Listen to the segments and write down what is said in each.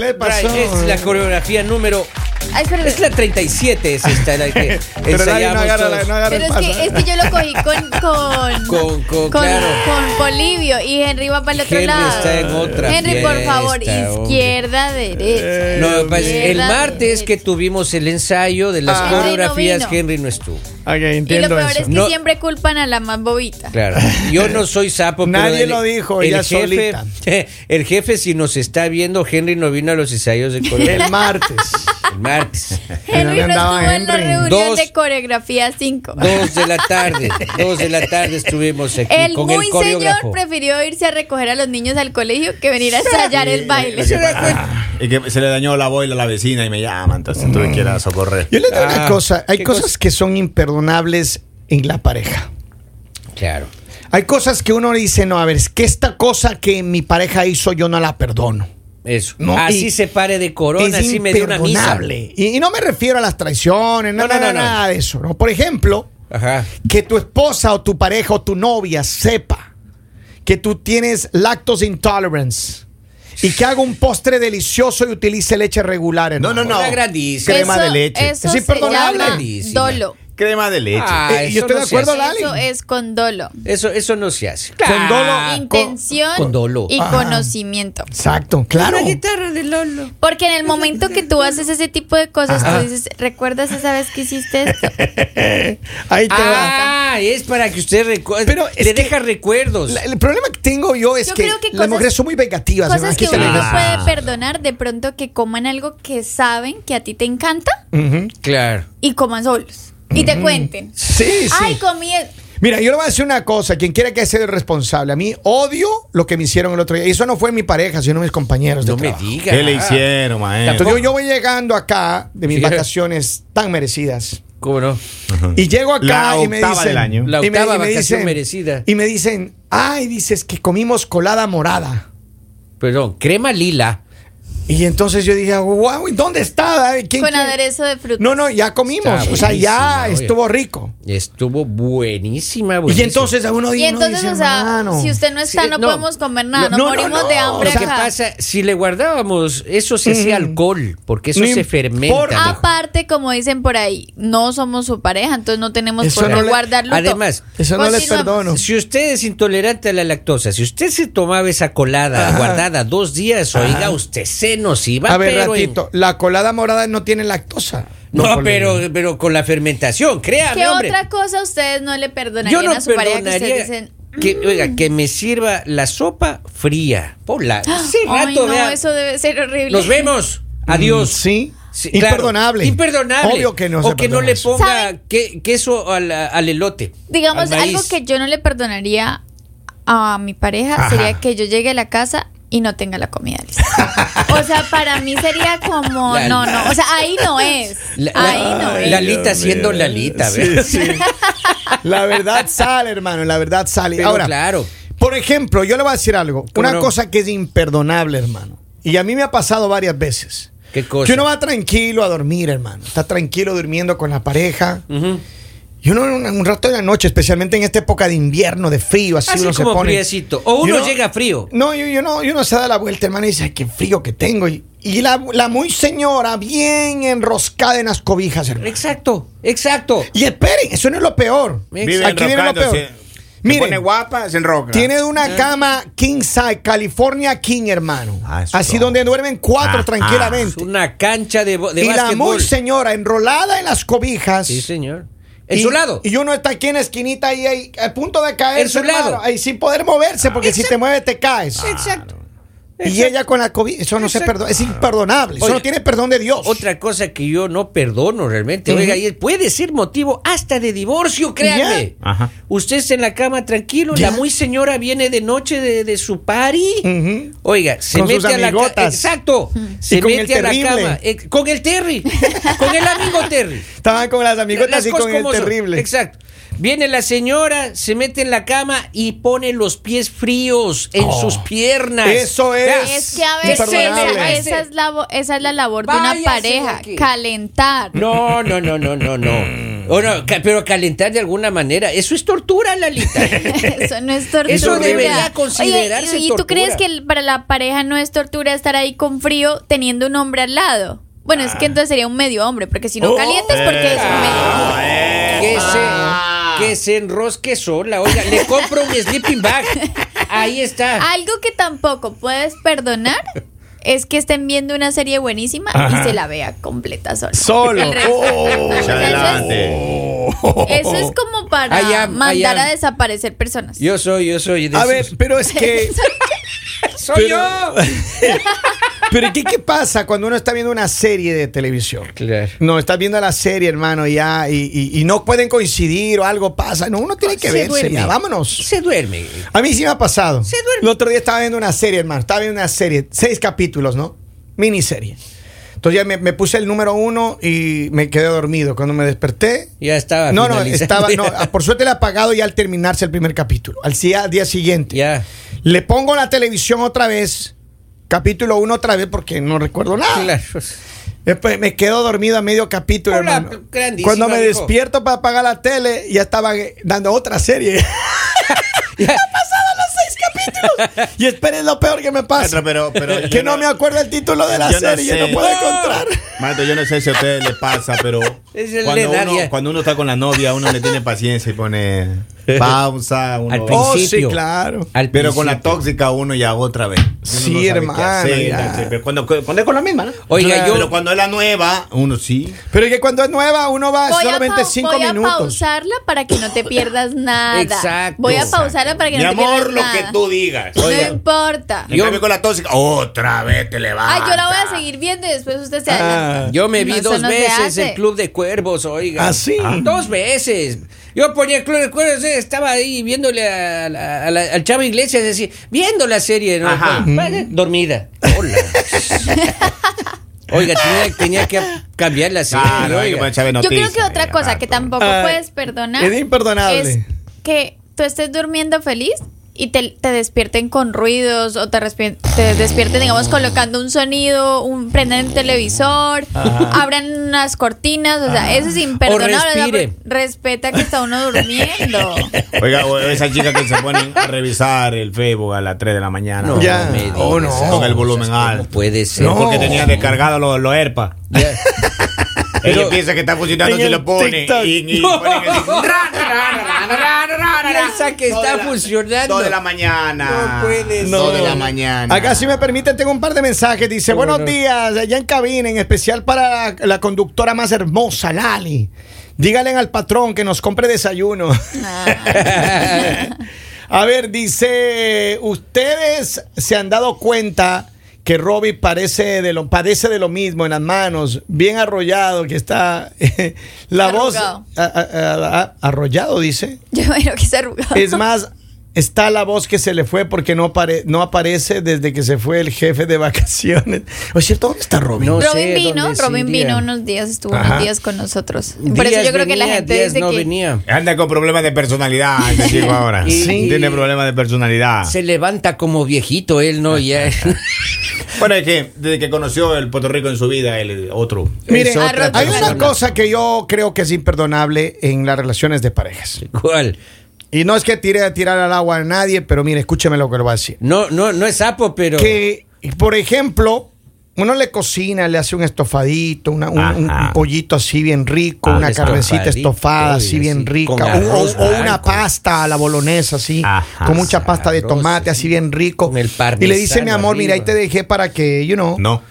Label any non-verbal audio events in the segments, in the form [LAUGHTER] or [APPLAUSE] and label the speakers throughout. Speaker 1: me pasó.
Speaker 2: es la coreografía número.
Speaker 3: Ah, es verdad.
Speaker 2: Es la 37, es esta la que
Speaker 1: [LAUGHS] Pero nadie no
Speaker 2: ensayamos
Speaker 1: agarra, la-
Speaker 2: todos.
Speaker 1: no agarra
Speaker 3: Pero
Speaker 1: el
Speaker 3: es
Speaker 1: paso.
Speaker 3: que, es que yo lo cogí con. Con.
Speaker 2: [LAUGHS] Con- con- claro.
Speaker 3: con Bolivio y Henry va para el otro
Speaker 2: Henry
Speaker 3: lado.
Speaker 2: está en otra
Speaker 3: Henry, por
Speaker 2: fiesta,
Speaker 3: favor,
Speaker 2: hombre.
Speaker 3: izquierda, derecha.
Speaker 2: No,
Speaker 1: Dios
Speaker 2: pues,
Speaker 3: mío.
Speaker 2: el martes que tuvimos el ensayo de las
Speaker 1: Ah.
Speaker 2: coreografías,
Speaker 3: Henry no vino.
Speaker 2: Henry no estuvo.
Speaker 1: Ok,
Speaker 3: y lo
Speaker 1: entiendo
Speaker 3: peor
Speaker 1: eso.
Speaker 3: es que
Speaker 2: No.
Speaker 3: siempre culpan a la más bobita.
Speaker 2: Claro.
Speaker 1: [LAUGHS]
Speaker 2: Yo no soy sapo, pero
Speaker 1: Nadie
Speaker 2: el-
Speaker 1: lo dijo, ella solita.
Speaker 2: [LAUGHS] El jefe, si nos está viendo, Henry no vino a los ensayos de [LAUGHS] coreografía
Speaker 1: El martes. [LAUGHS]
Speaker 2: el martes.
Speaker 1: ¿Dónde
Speaker 3: Henry no
Speaker 1: andaba
Speaker 3: estuvo en la
Speaker 1: Henry?
Speaker 3: reunión
Speaker 2: Dos.
Speaker 3: de coreografía 5.
Speaker 2: Dos de la tarde, dos de la tarde estuvimos aquí
Speaker 3: [LAUGHS] El
Speaker 2: con
Speaker 3: muy
Speaker 2: el coreógrafo.
Speaker 3: señor prefirió irse a recoger a los niños al colegio que venir a ensayar el baile.
Speaker 2: ¿Se da cuenta?
Speaker 4: Y que se le dañó la boila a la vecina y me llama, entonces tuve que ir a socorrer.
Speaker 1: Yo le digo una
Speaker 2: Ah,
Speaker 1: cosa. Hay
Speaker 2: ¿qué
Speaker 1: cosas
Speaker 2: cosa?
Speaker 1: que son imperdonables en la pareja.
Speaker 2: Claro.
Speaker 1: Hay cosas que uno dice, no, a ver, es que esta cosa que mi pareja hizo yo no la perdono.
Speaker 2: Eso.
Speaker 1: No, y-
Speaker 2: así se pare de corona,
Speaker 1: es
Speaker 2: así me dio una misa.
Speaker 1: imperdonable. Y, y no me refiero a las traiciones, no,
Speaker 2: No, no,
Speaker 1: nada,
Speaker 2: no, no.
Speaker 1: nada de eso. ¿no? Por ejemplo,
Speaker 2: Ajá.
Speaker 1: que tu esposa o tu pareja o tu novia sepa que tú tienes lactose intolerance y que haga un postre delicioso y utilice leche regular. hermano. Eh,
Speaker 4: No, no,
Speaker 2: Una grandísima.
Speaker 4: Crema de leche.
Speaker 3: Eso
Speaker 1: Es
Speaker 3: se
Speaker 1: imperdonable.
Speaker 3: llama
Speaker 2: Grandísima.
Speaker 3: dolo.
Speaker 4: Crema de leche.
Speaker 2: Ah,
Speaker 1: Eh, yo
Speaker 2: eso
Speaker 1: estoy
Speaker 2: no
Speaker 1: de
Speaker 2: se
Speaker 1: acuerdo,
Speaker 2: hace.
Speaker 1: Lali.
Speaker 3: Eso es con dolo.
Speaker 2: Eso, eso no se hace.
Speaker 1: Con dolo.
Speaker 3: Intención
Speaker 2: con dolo.
Speaker 3: y
Speaker 1: Ah.
Speaker 3: conocimiento.
Speaker 1: Exacto, claro.
Speaker 2: guitarra de Lolo.
Speaker 3: Porque en el momento que tú haces ese tipo de cosas, tú dices, ¿recuerdas esa vez que
Speaker 1: [LAUGHS]
Speaker 3: hiciste esto?
Speaker 1: [LAUGHS] Ahí te va.
Speaker 2: Ah, es para que usted recuerde.
Speaker 1: Pero es
Speaker 2: te
Speaker 1: que-
Speaker 2: deja recuerdos.
Speaker 1: La- el problema que tengo yo es
Speaker 3: Yo
Speaker 1: que,
Speaker 3: creo que
Speaker 1: las
Speaker 3: cosas-
Speaker 1: mujeres son muy vengativas.
Speaker 3: Cosas
Speaker 1: hermano,
Speaker 3: que
Speaker 1: aquí
Speaker 3: uno
Speaker 1: se
Speaker 3: no
Speaker 1: les-
Speaker 3: puede perdonar, de pronto que coman algo que saben que a ti te encanta
Speaker 1: Ujú.
Speaker 2: Claro.
Speaker 3: y coman solos. Y te cuenten.
Speaker 1: Mm. Sí, sí.
Speaker 3: Ay, comí. el-".
Speaker 1: Mira, yo le voy a decir una cosa, quien quiera que sea el responsable. A mí odio lo que me hicieron el otro día. Y eso no fue mi pareja, sino mis compañeros de
Speaker 2: No me
Speaker 1: trabajo.
Speaker 2: diga.
Speaker 4: ¿Qué le hicieron, maestro?
Speaker 1: Entonces yo, yo voy llegando acá de mis
Speaker 2: Sí.
Speaker 1: vacaciones tan merecidas.
Speaker 2: ¿Cómo no?
Speaker 1: Y llego acá
Speaker 4: La
Speaker 1: y me
Speaker 4: octava
Speaker 1: dicen.
Speaker 4: del año.
Speaker 2: La
Speaker 1: y me- y
Speaker 2: octava
Speaker 1: me
Speaker 2: vacación
Speaker 1: dicen-
Speaker 2: merecida.
Speaker 1: Y me dicen, ay, dices que comimos colada morada.
Speaker 2: Perdón, crema lila.
Speaker 1: Y entonces yo dije, wow, ¿y ¿dónde está? Ay, ¿quién-
Speaker 3: Con
Speaker 1: quién?"
Speaker 3: aderezo de frutas.
Speaker 1: No, no, ya comimos.
Speaker 2: Está
Speaker 1: o sea, ya
Speaker 2: buenísima, oye.
Speaker 1: estuvo rico.
Speaker 2: Estuvo buenísima,
Speaker 1: Y
Speaker 2: buenísima.
Speaker 1: entonces a uno
Speaker 3: Y
Speaker 1: dice, uno
Speaker 3: entonces,
Speaker 1: dice,
Speaker 3: o sea,
Speaker 1: "Hermano".
Speaker 3: si usted no está,
Speaker 2: Sí,
Speaker 3: no,
Speaker 2: no.
Speaker 3: podemos comer nada,
Speaker 1: No, no,
Speaker 3: no,
Speaker 1: no,
Speaker 3: morimos
Speaker 1: no.
Speaker 3: de hambre
Speaker 2: Lo que
Speaker 3: acá.
Speaker 2: pasa, si le guardábamos, eso se hacía alcohol, porque
Speaker 1: Mm.
Speaker 2: eso
Speaker 1: No Ah,
Speaker 2: se
Speaker 1: importa.
Speaker 2: fermenta. mejor.
Speaker 3: Aparte, como dicen por ahí, no somos su pareja, entonces no tenemos
Speaker 1: Eso
Speaker 3: por qué
Speaker 1: no le-
Speaker 3: guardarlo. todo. Pues
Speaker 2: Además,
Speaker 1: eso no les
Speaker 3: Continuamos.
Speaker 1: perdono.
Speaker 2: Si usted es intolerante a la lactosa, si usted se tomaba esa colada guardada dos días, oiga, usted se nos iba
Speaker 1: A ver,
Speaker 2: pero en-
Speaker 1: ratito, la colada morada no tiene lactosa.
Speaker 2: No,
Speaker 1: Por-
Speaker 2: pero, pero con la fermentación, créame,
Speaker 3: ¿Qué
Speaker 2: hombre.
Speaker 3: otra cosa ustedes no le
Speaker 2: Yo
Speaker 3: perdonarían
Speaker 2: no
Speaker 3: a su pareja que
Speaker 2: perdonaría
Speaker 3: ustedes dicen? "Mm"?
Speaker 2: que, oiga, que me sirva la sopa fría. Por la, ese
Speaker 3: ¡Ah! Ay,
Speaker 2: rato,
Speaker 3: no,
Speaker 2: vea,
Speaker 3: eso debe ser horrible.
Speaker 2: Nos vemos. Adiós.
Speaker 1: Mm, sí.
Speaker 2: Sí, claro.
Speaker 1: imperdonable.
Speaker 2: Imperdonable.
Speaker 1: Obvio que no.
Speaker 2: O
Speaker 1: se
Speaker 2: que no
Speaker 1: perdona
Speaker 2: le
Speaker 1: eso.
Speaker 2: ponga que- queso al, al elote.
Speaker 3: Digamos,
Speaker 2: al maíz.
Speaker 3: algo que yo no le perdonaría a mi pareja sería que yo llegue a la casa y no tenga la comida lista.
Speaker 2: [LAUGHS]
Speaker 3: o sea, para mí sería como,
Speaker 2: La-
Speaker 3: no, no, o sea, ahí no es.
Speaker 2: La- la-
Speaker 3: ahí no eh. es.
Speaker 2: Lalita
Speaker 4: Dios
Speaker 2: siendo
Speaker 4: mío.
Speaker 2: Lalita,
Speaker 4: Sí,
Speaker 2: ¿verdad?
Speaker 1: La verdad [LAUGHS] sale, hermano, la verdad sale.
Speaker 2: Pero
Speaker 1: Ahora,
Speaker 2: claro.
Speaker 1: por ejemplo, yo le voy a decir algo.
Speaker 2: ¿Cómo
Speaker 1: Una
Speaker 2: no?
Speaker 1: cosa que es imperdonable, hermano. Y a mí me ha pasado varias veces.
Speaker 2: [LAUGHS] ¿Qué cosa?
Speaker 1: Que uno va tranquilo a dormir, hermano. Está tranquilo durmiendo con la pareja.
Speaker 2: Ujú.
Speaker 1: Y uno un, un rato de la noche, especialmente en esta época de invierno, de frío, así,
Speaker 2: Así
Speaker 1: uno se
Speaker 2: como
Speaker 1: pone.
Speaker 2: friecito. O
Speaker 1: Y
Speaker 2: uno llega frío.
Speaker 1: No, yo, yo no, yo no se da la vuelta, hermano, y dice, "Ay, qué frío que tengo. Y, y la, la muy señora, bien enroscada en las cobijas, hermano.
Speaker 2: Exacto, exacto.
Speaker 1: Y esperen, eso no es lo peor.
Speaker 4: Vive
Speaker 1: Aquí viene lo peor.
Speaker 4: enrocándose. Se
Speaker 1: Miren.
Speaker 4: pone guapa, se enroca.
Speaker 1: Tiene una cama king size, California King, hermano.
Speaker 4: Ah, eso
Speaker 1: Así
Speaker 4: no.
Speaker 1: donde duermen cuatro
Speaker 4: Ah,
Speaker 2: Es
Speaker 1: tranquilamente.
Speaker 2: una cancha de, bo- de
Speaker 1: y la
Speaker 2: básquetbol.
Speaker 1: muy señora enrolada en las cobijas.
Speaker 2: Sí, señor. En
Speaker 1: Y-
Speaker 2: su lado.
Speaker 1: Y uno está aquí en la esquinita ahí, ahí, a punto de caer.
Speaker 2: En su lado. Ah,
Speaker 1: Ahí sin poder moverse, porque si te mueves te caes.
Speaker 2: Exacto.
Speaker 1: Y ella con la COVID, eso no se
Speaker 2: Exacto.
Speaker 1: perdona, es imperdonable, eso
Speaker 2: Oye,
Speaker 1: no tiene perdón de Dios.
Speaker 2: Otra cosa que yo no perdono realmente,
Speaker 1: Ujú.
Speaker 2: oiga, y puede ser motivo hasta de divorcio, créanme.
Speaker 4: Ya. Ajá.
Speaker 2: Usted está en la cama tranquilo,
Speaker 1: Ya.
Speaker 2: la muy señora viene de noche de, de su party.
Speaker 1: Ujú.
Speaker 2: Oiga, se
Speaker 1: Con sus
Speaker 2: mete a la cama.
Speaker 1: amigotas.
Speaker 2: Exacto.
Speaker 1: Y
Speaker 2: Se
Speaker 1: con el
Speaker 2: mete a la
Speaker 1: terrible.
Speaker 2: cama. eh, con el Terry. con el amigo Terry.
Speaker 1: Estaban con las amigotas
Speaker 2: Las
Speaker 1: y
Speaker 2: cosas
Speaker 1: con el
Speaker 2: como son.
Speaker 1: terrible.
Speaker 2: Exacto. Viene la señora, se mete en la cama y pone los pies fríos en
Speaker 1: Oh.
Speaker 2: sus piernas.
Speaker 1: Eso es.
Speaker 2: Vea,
Speaker 3: Es que a
Speaker 2: ¿qué
Speaker 3: veces
Speaker 2: se le
Speaker 3: esa,
Speaker 1: Imperdonable.
Speaker 2: hace?
Speaker 3: esa es la, vo- esa es la labor de
Speaker 2: Váyase
Speaker 3: una pareja,
Speaker 2: de aquí.
Speaker 3: calentar. Mm.
Speaker 2: No, no, no, no, no, no. O no, ca- pero calentar de alguna manera, eso es tortura,
Speaker 3: [LAUGHS]
Speaker 2: Lalita. [LAUGHS]
Speaker 3: Eso no es tortura.
Speaker 2: Eso debería
Speaker 3: Oye,
Speaker 2: considerarse
Speaker 3: ¿Y, y tú
Speaker 2: tortura.
Speaker 3: crees que el- para la pareja no es tortura estar ahí con frío teniendo un hombre al lado? Bueno, es que entonces sería un medio hombre, porque si no
Speaker 2: Ah. Oh, eh. Ah,
Speaker 3: calientes, porque es un medio hombre.
Speaker 2: que
Speaker 3: Ah.
Speaker 2: se, que se enrosque sola. Oiga, le compro un sleeping bag. Ahí está.
Speaker 3: Algo que tampoco puedes perdonar es que estén viendo una serie buenísima y se la vea completa sola.
Speaker 4: Solo.
Speaker 3: El resto-
Speaker 4: Oh,
Speaker 3: O sea,
Speaker 4: adelante.
Speaker 3: Eso es como para
Speaker 2: I Oh. am, I
Speaker 3: mandar
Speaker 2: am.
Speaker 3: a desaparecer personas.
Speaker 2: Yo soy, yo soy.
Speaker 1: [LAUGHS]
Speaker 2: de
Speaker 1: A
Speaker 2: esos.
Speaker 1: ver, pero es
Speaker 2: [LAUGHS]
Speaker 1: que.
Speaker 2: soy
Speaker 1: pero-
Speaker 2: yo.
Speaker 1: pero ¿qué, ¿qué pasa cuando uno está viendo una serie de televisión?
Speaker 2: Claro.
Speaker 1: No, estás viendo la serie, hermano, ya, y, y- y no pueden coincidir o algo pasa. No, uno tiene que
Speaker 2: Se
Speaker 1: verse,
Speaker 2: duerme.
Speaker 1: ya, vámonos.
Speaker 2: Se duerme.
Speaker 1: A mí sí me ha pasado.
Speaker 2: Se duerme.
Speaker 1: El otro día estaba viendo una serie, hermano. Estaba viendo una serie, seis capítulos, ¿no? Miniserie. Entonces ya me, me puse el número uno y me quedé dormido. Cuando me desperté,
Speaker 2: Ya estaba.
Speaker 1: no, no,
Speaker 2: Ah, finalizando.
Speaker 1: estaba,
Speaker 2: [LAUGHS]
Speaker 1: no, ah, por suerte le he apagado ya al terminarse el primer capítulo, al día, día siguiente.
Speaker 2: Ya.
Speaker 1: Le pongo la televisión otra vez, capítulo 1 otra vez porque no recuerdo nada.
Speaker 2: Claro.
Speaker 1: Después me quedo dormido a medio capítulo,
Speaker 2: Hola,
Speaker 1: hermano.
Speaker 2: grandísima,
Speaker 1: Cuando me
Speaker 2: viejo.
Speaker 1: despierto para apagar la tele, ya estaban eh, dando otra serie.
Speaker 2: Ya.
Speaker 1: y esperen lo peor que me
Speaker 4: Maestro,
Speaker 1: pasa.
Speaker 4: pero- pero
Speaker 1: que
Speaker 4: yo
Speaker 1: no,
Speaker 4: no-
Speaker 1: me acuerdo el título de la
Speaker 4: yo no
Speaker 1: serie, yo
Speaker 4: sé.
Speaker 1: no puedo
Speaker 4: No.
Speaker 1: encontrar.
Speaker 4: Mato, yo no sé si a ustedes les pasa,
Speaker 1: [LAUGHS]
Speaker 4: pero
Speaker 2: Es el
Speaker 4: cuando
Speaker 2: de Daria.
Speaker 4: uno, cuando uno está con la novia, uno le tiene paciencia
Speaker 2: [LAUGHS]
Speaker 4: y pone pausa. uno-
Speaker 2: Al
Speaker 1: Oh, sí,
Speaker 2: Principio.
Speaker 1: claro.
Speaker 2: Al
Speaker 4: pero con la
Speaker 2: principio.
Speaker 4: tóxica uno ya otra vez. Uno
Speaker 1: Sí,
Speaker 4: sabe qué
Speaker 1: hermano, ya.
Speaker 4: entonces, pero cuando, cuando es con la misma, ¿no?
Speaker 2: Oiga,
Speaker 4: Claro.
Speaker 2: yo-
Speaker 4: Pero cuando es la nueva, uno sí.
Speaker 1: Pero es que cuando es nueva, uno va
Speaker 3: Voy, a,
Speaker 1: solamente
Speaker 3: pau-
Speaker 1: 5
Speaker 3: voy a
Speaker 1: minutos.
Speaker 3: pausarla para que no
Speaker 2: [LAUGHS]
Speaker 3: te pierdas nada.
Speaker 2: Exacto.
Speaker 3: Voy a pausarla para que
Speaker 4: Mi
Speaker 3: no te
Speaker 4: amor,
Speaker 3: pierdas
Speaker 4: lo
Speaker 3: nada.
Speaker 4: que tú digas.
Speaker 3: No
Speaker 4: Oiga,
Speaker 3: importa.
Speaker 4: en
Speaker 2: Yo-
Speaker 4: cambio con la tóxica, otra vez te le va.
Speaker 3: Ay, yo la voy a seguir viendo y después usted se adelanta.
Speaker 2: Yo me vi
Speaker 3: No, eso
Speaker 2: dos
Speaker 3: no se
Speaker 2: veces
Speaker 3: hace.
Speaker 2: el Club de Cuervos, oiga.
Speaker 1: ¿Ah, sí?
Speaker 2: Dos veces. Yo ponía el Club de Cuervos, eh, estaba ahí viéndole a, la- a la- al Chavo Iglesias, decir, viendo la serie, ¿no?
Speaker 4: Ajá. Mm.
Speaker 2: Vale, Dormida. Hola. oiga, tenía, tenía que cambiar la serie.
Speaker 4: Claro, hay que
Speaker 2: oiga.
Speaker 4: poner Chávez
Speaker 3: Yo creo
Speaker 4: Noticias,
Speaker 3: que otra
Speaker 4: ya,
Speaker 3: cosa
Speaker 4: Mato.
Speaker 3: que tampoco
Speaker 1: Ah,
Speaker 3: puedes perdonar
Speaker 1: es imperdonable.
Speaker 3: es que tú estés durmiendo feliz y te, te despierten con ruidos o te, respi- te despierten, digamos, colocando un sonido, un prenden el televisor, abran unas cortinas, o sea, eso es imperdonable. o sea, pues,
Speaker 2: respire.
Speaker 3: respeta que está uno durmiendo. [LAUGHS]
Speaker 4: Oiga, o esa chica que se ponen a revisar el Facebook a las 3 de la mañana.
Speaker 2: No,
Speaker 1: Ya.
Speaker 2: me digas,
Speaker 1: Oh, no.
Speaker 4: Con el volumen
Speaker 2: ¿Cómo
Speaker 4: alto.
Speaker 2: puede ser?
Speaker 1: No.
Speaker 4: Porque tenía descargado los los AirPods.
Speaker 2: [LAUGHS] Ya.
Speaker 4: Ella piensa que está funcionando
Speaker 1: En
Speaker 4: si
Speaker 1: el
Speaker 4: lo pone.
Speaker 1: TikTok.
Speaker 4: Y, y
Speaker 2: No.
Speaker 4: ponen
Speaker 2: [LAUGHS]
Speaker 4: el- Ra, ra, ra, ra, ra, ra, ra.
Speaker 2: Piensa
Speaker 4: [LAUGHS]
Speaker 2: que
Speaker 4: Dos
Speaker 2: está
Speaker 4: de la-
Speaker 2: funcionando.
Speaker 4: Dos de la mañana.
Speaker 2: No puede
Speaker 4: Dos
Speaker 2: ser.
Speaker 4: de la mañana.
Speaker 1: Acá si me permiten tengo un par de mensajes. Dice,
Speaker 2: ¿Cómo
Speaker 1: buenos
Speaker 2: no?
Speaker 1: días, allá en cabina, en especial para la, la conductora más hermosa, Lali. Díganle al patrón que nos compre desayuno.
Speaker 4: Ah.
Speaker 1: [LAUGHS] A ver, dice, ustedes se han dado cuenta que Robbie parece de lo, padece de lo mismo en las manos, bien arrollado, que está [LAUGHS] la voz
Speaker 3: Arrugado.
Speaker 1: a- a- a- a- arrollado, dice.
Speaker 3: Yo creo que se arrugado.
Speaker 1: Es más, está la voz que se le fue porque no, apare- no aparece desde que se fue el jefe de vacaciones. [LAUGHS] ¿O es cierto? ¿Dónde está Robin?
Speaker 2: No
Speaker 3: Robin
Speaker 2: sé
Speaker 3: vino,
Speaker 2: dónde
Speaker 3: Robin
Speaker 2: se iría.
Speaker 3: vino unos días, estuvo
Speaker 1: Ajá.
Speaker 3: unos días con nosotros. Por eso
Speaker 2: Díaz
Speaker 3: yo creo que la
Speaker 2: venía,
Speaker 3: gente
Speaker 2: Díaz
Speaker 3: dice
Speaker 2: no
Speaker 3: que
Speaker 2: venía.
Speaker 4: Anda con problemas de personalidad.
Speaker 2: [LAUGHS]
Speaker 4: Este chico ahora.
Speaker 2: Sí.
Speaker 4: Tiene problemas de personalidad.
Speaker 2: Se levanta como viejito él, ¿no? Ya. [LAUGHS]
Speaker 4: Bueno, es que desde que conoció el Puerto Rico en su vida, el otro.
Speaker 1: Mire,
Speaker 2: Es otra
Speaker 1: hay una
Speaker 2: persona.
Speaker 1: cosa que yo creo que es imperdonable en las relaciones de parejas.
Speaker 2: ¿Cuál?
Speaker 1: Y no es que tire a tirar al agua a nadie, pero mire, escúcheme lo que le voy a decir.
Speaker 2: No, no, no es sapo, pero.
Speaker 1: Que, por ejemplo, uno le cocina, le hace un estofadito, una- un, un-
Speaker 4: Ajá.
Speaker 1: un pollito así bien rico,
Speaker 2: Ah,
Speaker 1: una
Speaker 2: un
Speaker 1: carnecita
Speaker 2: estofadito,
Speaker 1: estofada
Speaker 2: oye,
Speaker 1: así bien
Speaker 2: sí,
Speaker 1: rica,
Speaker 2: con
Speaker 1: o-
Speaker 2: arroz
Speaker 1: o, o una
Speaker 2: blanco.
Speaker 1: pasta a la bolonesa así,
Speaker 4: Ajá,
Speaker 1: con mucha pasta de
Speaker 2: sabroso,
Speaker 1: tomate así
Speaker 2: sí.
Speaker 1: bien rico.
Speaker 2: Con el
Speaker 1: y le dice, mi
Speaker 2: parmesano
Speaker 1: amor, mira, ahí
Speaker 2: arriba".
Speaker 1: te dejé para que, you know.
Speaker 4: No.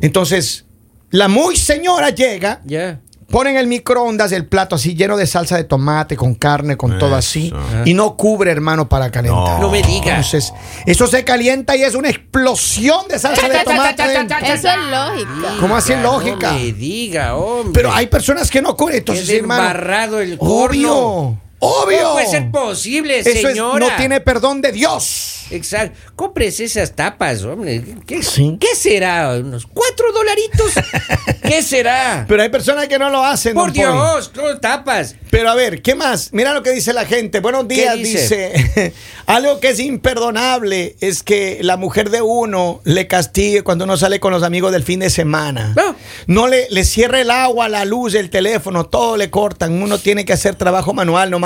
Speaker 1: Entonces, la muy señora llega,
Speaker 2: Ya.
Speaker 1: pone en el microondas el plato así lleno de salsa de tomate, con carne, con todo así,
Speaker 4: Eso.
Speaker 1: y no cubre, hermano, para calentar.
Speaker 4: No.
Speaker 2: No me digas.
Speaker 1: Entonces, eso se calienta y es una explosión de salsa de tomate. dentro.
Speaker 3: eso es lógico.
Speaker 1: ¿Cómo así es lógica?
Speaker 2: Ah, No me diga, hombre.
Speaker 1: Pero hay personas que no cubren. Entonces,
Speaker 2: Queda
Speaker 1: hermano.
Speaker 2: embarrado el
Speaker 1: Obvio.
Speaker 2: corno.
Speaker 1: Obvio.
Speaker 2: No puede ser posible,
Speaker 1: Eso es-
Speaker 2: señora.
Speaker 1: no tiene perdón de Dios. tapas.
Speaker 2: Exacto. Compres esas tapas, hombre. ¿Qué,
Speaker 1: Sí.
Speaker 2: qué será? ¿Unos cuatro dolaritos?
Speaker 1: [LAUGHS]
Speaker 2: ¿Qué será?
Speaker 1: Pero hay personas que no lo hacen. don
Speaker 2: Por
Speaker 1: Poli.
Speaker 2: Dios, no tapas.
Speaker 1: Pero a ver, ¿qué más? Mira lo que dice la gente. Buenos días,
Speaker 2: dice?
Speaker 1: dice. [LAUGHS] Algo que es imperdonable es que la mujer de uno le castigue cuando uno sale con los amigos del fin de semana.
Speaker 2: No.
Speaker 1: No, le, le cierra el agua, la luz, el teléfono, todo le cortan. Uno tiene que hacer trabajo manual nomás.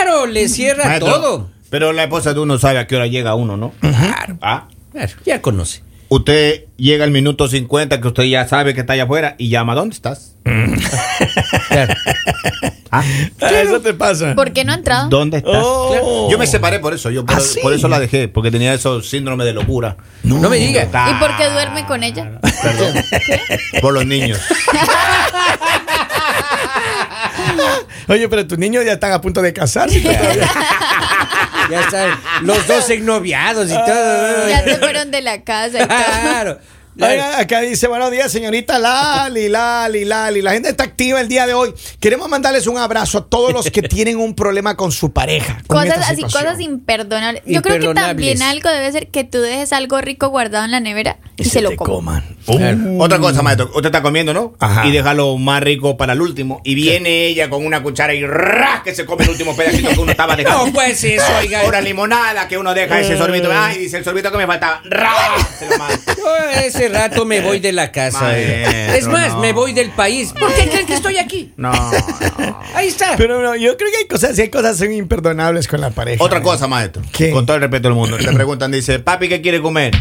Speaker 2: Claro, le cierra
Speaker 4: Maestro,
Speaker 2: todo.
Speaker 4: Pero la esposa de uno sabe a qué hora llega uno, [CLEARS THROAT] ¿no?
Speaker 2: Claro,
Speaker 4: Ah,
Speaker 2: claro, ya conoce.
Speaker 4: usted llega al minuto 50 que usted ya sabe que está allá afuera y llama, ¿dónde estás?
Speaker 1: [LAUGHS]
Speaker 2: Claro.
Speaker 4: Ah,
Speaker 1: Eso te pasa.
Speaker 3: ¿Por qué no ha entrado?
Speaker 4: ¿Dónde estás?
Speaker 1: Oh.
Speaker 4: Claro. Yo me separé por eso, yo por,
Speaker 1: ¿Ah, sí?
Speaker 4: por eso la dejé, porque tenía esos síndrome de locura.
Speaker 2: No, me diga.
Speaker 3: ¿Y por qué duerme con ella?
Speaker 4: Perdón. por los [LAUGHS] niños.
Speaker 1: Oye, pero tus niños ya están a punto de [LAUGHS] casarse.
Speaker 2: Ya están los
Speaker 1: [LAUGHS]
Speaker 2: dos ennoviados y todo.
Speaker 3: [LAUGHS] Ya se fueron de la casa y todo.
Speaker 2: [LAUGHS] Claro.
Speaker 1: Oiga, acá dice, buenos días, señorita Lali, Lali, Lali. La gente está activa el día de hoy. Queremos mandarles un abrazo a todos
Speaker 2: [LAUGHS]
Speaker 1: los que tienen un problema con su pareja. con
Speaker 3: Cosas
Speaker 1: esta
Speaker 3: así,
Speaker 1: situación.
Speaker 3: cosas imperdonables. Yo creo que
Speaker 2: Imperdonables.
Speaker 3: también algo debe ser que tú dejes algo rico guardado en la nevera y, se, lo
Speaker 1: te
Speaker 3: coman.
Speaker 1: coman.
Speaker 4: Uh, Otra cosa, maestro. Usted está comiendo, ¿no?
Speaker 1: Ajá.
Speaker 4: Y deja lo más rico para el último. Y viene ella con una cuchara y ¡ra! que se come el último pedacito que uno estaba dejando. [LAUGHS]
Speaker 2: No, pues eso, oiga. Eh.
Speaker 4: Ahora limonada que uno deja ese sorbito. Ay, dice el sorbito que me faltaba. ¡Ra! Se lo manda.
Speaker 2: Yo ese rato me voy de la casa.
Speaker 4: Maestro,
Speaker 2: es más,
Speaker 4: no.
Speaker 2: me voy del país. ¿Por qué creen que estoy aquí?
Speaker 4: No, no.
Speaker 2: Ahí está.
Speaker 1: Pero no, yo creo que hay cosas, sí hay cosas son imperdonables con la pareja.
Speaker 4: Otra cosa, maestro.
Speaker 1: ¿Qué?
Speaker 4: Con todo el respeto del mundo. Le preguntan, dice, papi, ¿qué quiere comer?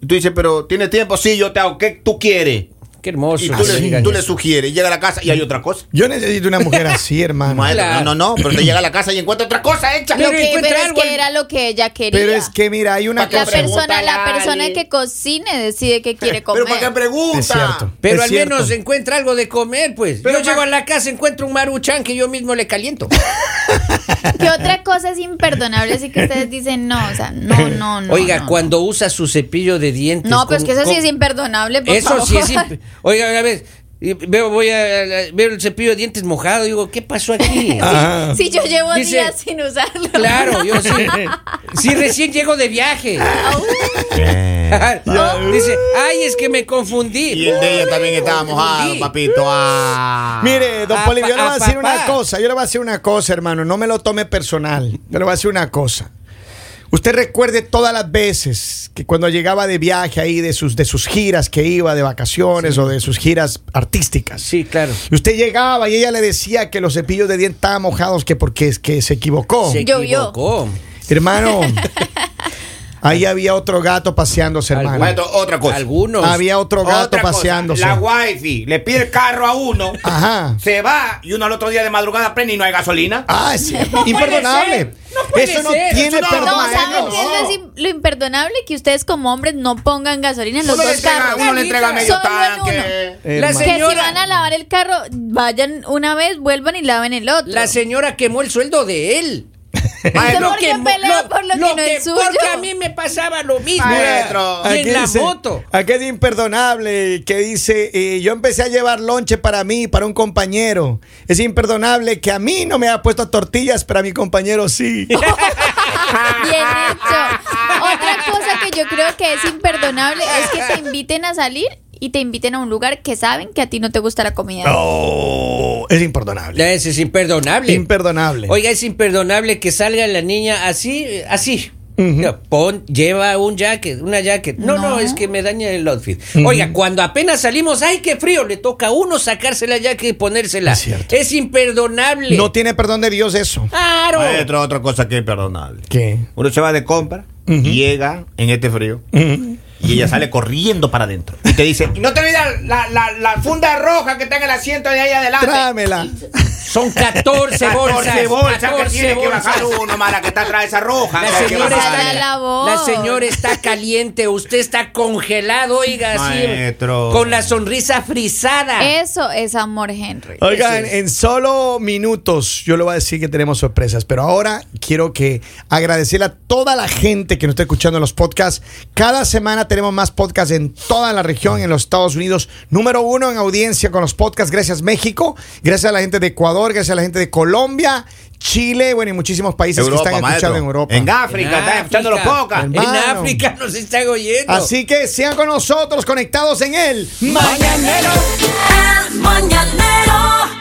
Speaker 4: Y tú dices, pero ¿tienes tiempo? Sí, yo te hago. ¿Qué tú quieres?
Speaker 2: Qué hermoso.
Speaker 4: Y
Speaker 2: que
Speaker 4: tú le,
Speaker 2: digan
Speaker 4: tú le
Speaker 2: eso.
Speaker 4: sugieres. Llega a la casa y hay otra cosa.
Speaker 1: Yo necesito una mujer así, hermano.
Speaker 4: Maestro,
Speaker 2: Claro.
Speaker 4: no, no, no. Pero te llega a la casa y encuentra otra cosa hecha.
Speaker 3: Lo
Speaker 2: Pero
Speaker 3: que,
Speaker 2: encuentra
Speaker 3: pero es
Speaker 2: algo
Speaker 3: que
Speaker 2: en-
Speaker 3: era lo que ella quería.
Speaker 1: Pero es que, mira, hay una
Speaker 4: ¿Para qué
Speaker 3: la
Speaker 1: cosa.
Speaker 4: pregunta,
Speaker 3: persona, la
Speaker 4: Lali?
Speaker 3: persona que cocine decide qué quiere comer.
Speaker 4: Pero ¿para qué
Speaker 1: Es cierto.
Speaker 4: [LAUGHS] pregunta?
Speaker 2: Pero
Speaker 1: Es
Speaker 2: al
Speaker 1: cierto.
Speaker 2: menos encuentra algo de comer, pues.
Speaker 4: Pero
Speaker 2: yo
Speaker 4: ma-
Speaker 2: llego a la casa, encuentro un maruchan que yo mismo le caliento.
Speaker 3: ¿Qué otra cosa es imperdonable? Así que ustedes dicen, no, o sea, no, no,
Speaker 2: [LAUGHS]
Speaker 3: no.
Speaker 2: Oiga,
Speaker 3: no,
Speaker 2: cuando usa su cepillo de dientes.
Speaker 3: No, pero es
Speaker 2: con-
Speaker 3: que eso sí
Speaker 2: con-
Speaker 3: es imperdonable. por
Speaker 2: Eso sí
Speaker 3: favor.
Speaker 2: es. imp- Oiga, una vez. y Veo, voy a, la- veo el cepillo de dientes mojado. Digo, ¿qué pasó aquí?
Speaker 1: Ajá.
Speaker 3: [LAUGHS] Si yo llevo
Speaker 2: Dice-
Speaker 3: días sin usarlo.
Speaker 2: Claro, yo sí. Sí, recién llego de viaje.
Speaker 3: Au.
Speaker 2: [LAUGHS] Dice, ay, es que me confundí.
Speaker 4: Y el de ella también estaba mojado,
Speaker 2: Sí.
Speaker 4: papito. Ah.
Speaker 1: Mire, don
Speaker 2: Ah,
Speaker 1: Poli,
Speaker 2: pa-
Speaker 1: yo le voy
Speaker 2: ah,
Speaker 1: a decir
Speaker 2: papá.
Speaker 1: una cosa, yo le voy a decir una cosa, hermano, no me lo tome personal, yo le voy a decir una cosa. Usted recuerde todas las veces que cuando llegaba de viaje ahí, de sus, de sus giras que iba, de vacaciones o de sus giras artísticas.
Speaker 2: Sí, claro.
Speaker 1: Y Usted llegaba y ella le decía que los cepillos de dientes estaban mojados que porque es que se equivocó.
Speaker 2: Se
Speaker 3: Llovió.
Speaker 2: equivocó. [LAUGHS]
Speaker 1: Hermano, ahí había otro gato paseándose, hermano.
Speaker 4: Maestro, otra cosa.
Speaker 2: Algunos.
Speaker 1: Había otro gato
Speaker 4: Otra cosa,
Speaker 1: paseándose.
Speaker 4: La wifi le pide el carro a uno,
Speaker 1: Ajá.
Speaker 4: se va y uno al otro día de madrugada prende y no hay gasolina.
Speaker 1: Ah,
Speaker 2: [LAUGHS]
Speaker 1: es cierto.
Speaker 2: puede
Speaker 1: imperdonable.
Speaker 2: ser, no puede
Speaker 1: Eso no
Speaker 2: ser,
Speaker 1: tiene
Speaker 4: eso no-
Speaker 1: perdón.
Speaker 3: [LAUGHS] No,
Speaker 4: Maestro,
Speaker 3: ¿saben qué es
Speaker 4: no.
Speaker 3: lo, sim- lo imperdonable? Que ustedes como hombres no pongan gasolina en los
Speaker 4: uno, le
Speaker 3: dos
Speaker 4: entrega,
Speaker 3: carros.
Speaker 4: uno le entrega medio
Speaker 3: Solo en
Speaker 4: tanque.
Speaker 2: La
Speaker 1: Hermano.
Speaker 3: Que si
Speaker 2: señora-
Speaker 3: van a lavar el carro, vayan una vez, vuelvan y laven el otro.
Speaker 2: La señora quemó el sueldo de
Speaker 3: [LAUGHS]
Speaker 2: él.
Speaker 3: Maestro,
Speaker 2: Lo
Speaker 3: ¿por qué
Speaker 2: quemó-
Speaker 3: pelea por lo que no es suyo?
Speaker 2: Porque a mí me pasaba lo mismo.
Speaker 4: Maestro.
Speaker 2: Y en la
Speaker 1: dice,
Speaker 2: moto.
Speaker 1: Aquí es imperdonable que dice, eh, yo empecé a llevar lonche para mí, para un compañero. Es imperdonable que a mí no me ha puesto tortillas, pero a mi compañero
Speaker 2: [LAUGHS]
Speaker 1: sí.
Speaker 3: [LAUGHS] Bien hecho. Otra cosa que yo creo que es imperdonable es que te inviten a salir y te inviten a un lugar que saben que a ti no te gusta la comida.
Speaker 1: No, es imperdonable.
Speaker 2: Ya, Ese es imperdonable.
Speaker 1: Imperdonable.
Speaker 2: Oiga, es imperdonable que salga la niña así, eh, así. No, Pon, lleva un jacket, una jacket. No, no, es que me daña el outfit. Oiga, cuando apenas salimos, ¡ay, qué frío! Le toca a uno sacarse la jacket y ponérsela.
Speaker 1: Es cierto.
Speaker 2: Es imperdonable.
Speaker 1: no tiene perdón de Dios eso.
Speaker 2: ¡Claro!
Speaker 4: Maestro, otra cosa que es perdonable.
Speaker 1: ¿Qué?
Speaker 4: Uno se va de compra, llega en este frío y ella sale corriendo para adentro. Y te dice, "Y no te olvides la, la- la funda roja que está en el asiento de ahí adelante.
Speaker 1: Tráemela.
Speaker 2: Son
Speaker 4: [LAUGHS]
Speaker 2: 14 bolsas.
Speaker 4: 14 bolsas que
Speaker 2: 14
Speaker 4: tiene que
Speaker 2: bolsas.
Speaker 4: bajar uno, Mara, que está atrás de esa roja.
Speaker 2: La
Speaker 4: que hay que
Speaker 2: señora,
Speaker 4: bajarla.
Speaker 3: Saca la
Speaker 2: está,
Speaker 3: voz.
Speaker 2: la señora está caliente, usted está congelado, oiga, así.
Speaker 4: Maestro.
Speaker 2: Con la sonrisa frisada.
Speaker 3: Eso es amor, Henry.
Speaker 1: Oigan,
Speaker 2: es.
Speaker 1: en solo minutos yo le voy a decir que tenemos sorpresas, pero ahora quiero que agradecerle a toda la gente que nos está escuchando en los podcasts. Cada semana tenemos más podcasts en toda la región, en los Estados Unidos. Número uno en audiencia con los podcasts. Gracias México, gracias a la gente de Ecuador, gracias a la gente de Colombia, Chile, bueno, y muchísimos países que están
Speaker 4: maestro.
Speaker 1: escuchando en Europa.
Speaker 4: En África, están escuchando los pocas.
Speaker 2: En
Speaker 1: Hermano.
Speaker 2: África nos están oyendo.
Speaker 1: Así que sean con nosotros, conectados en él.
Speaker 5: El mañanero.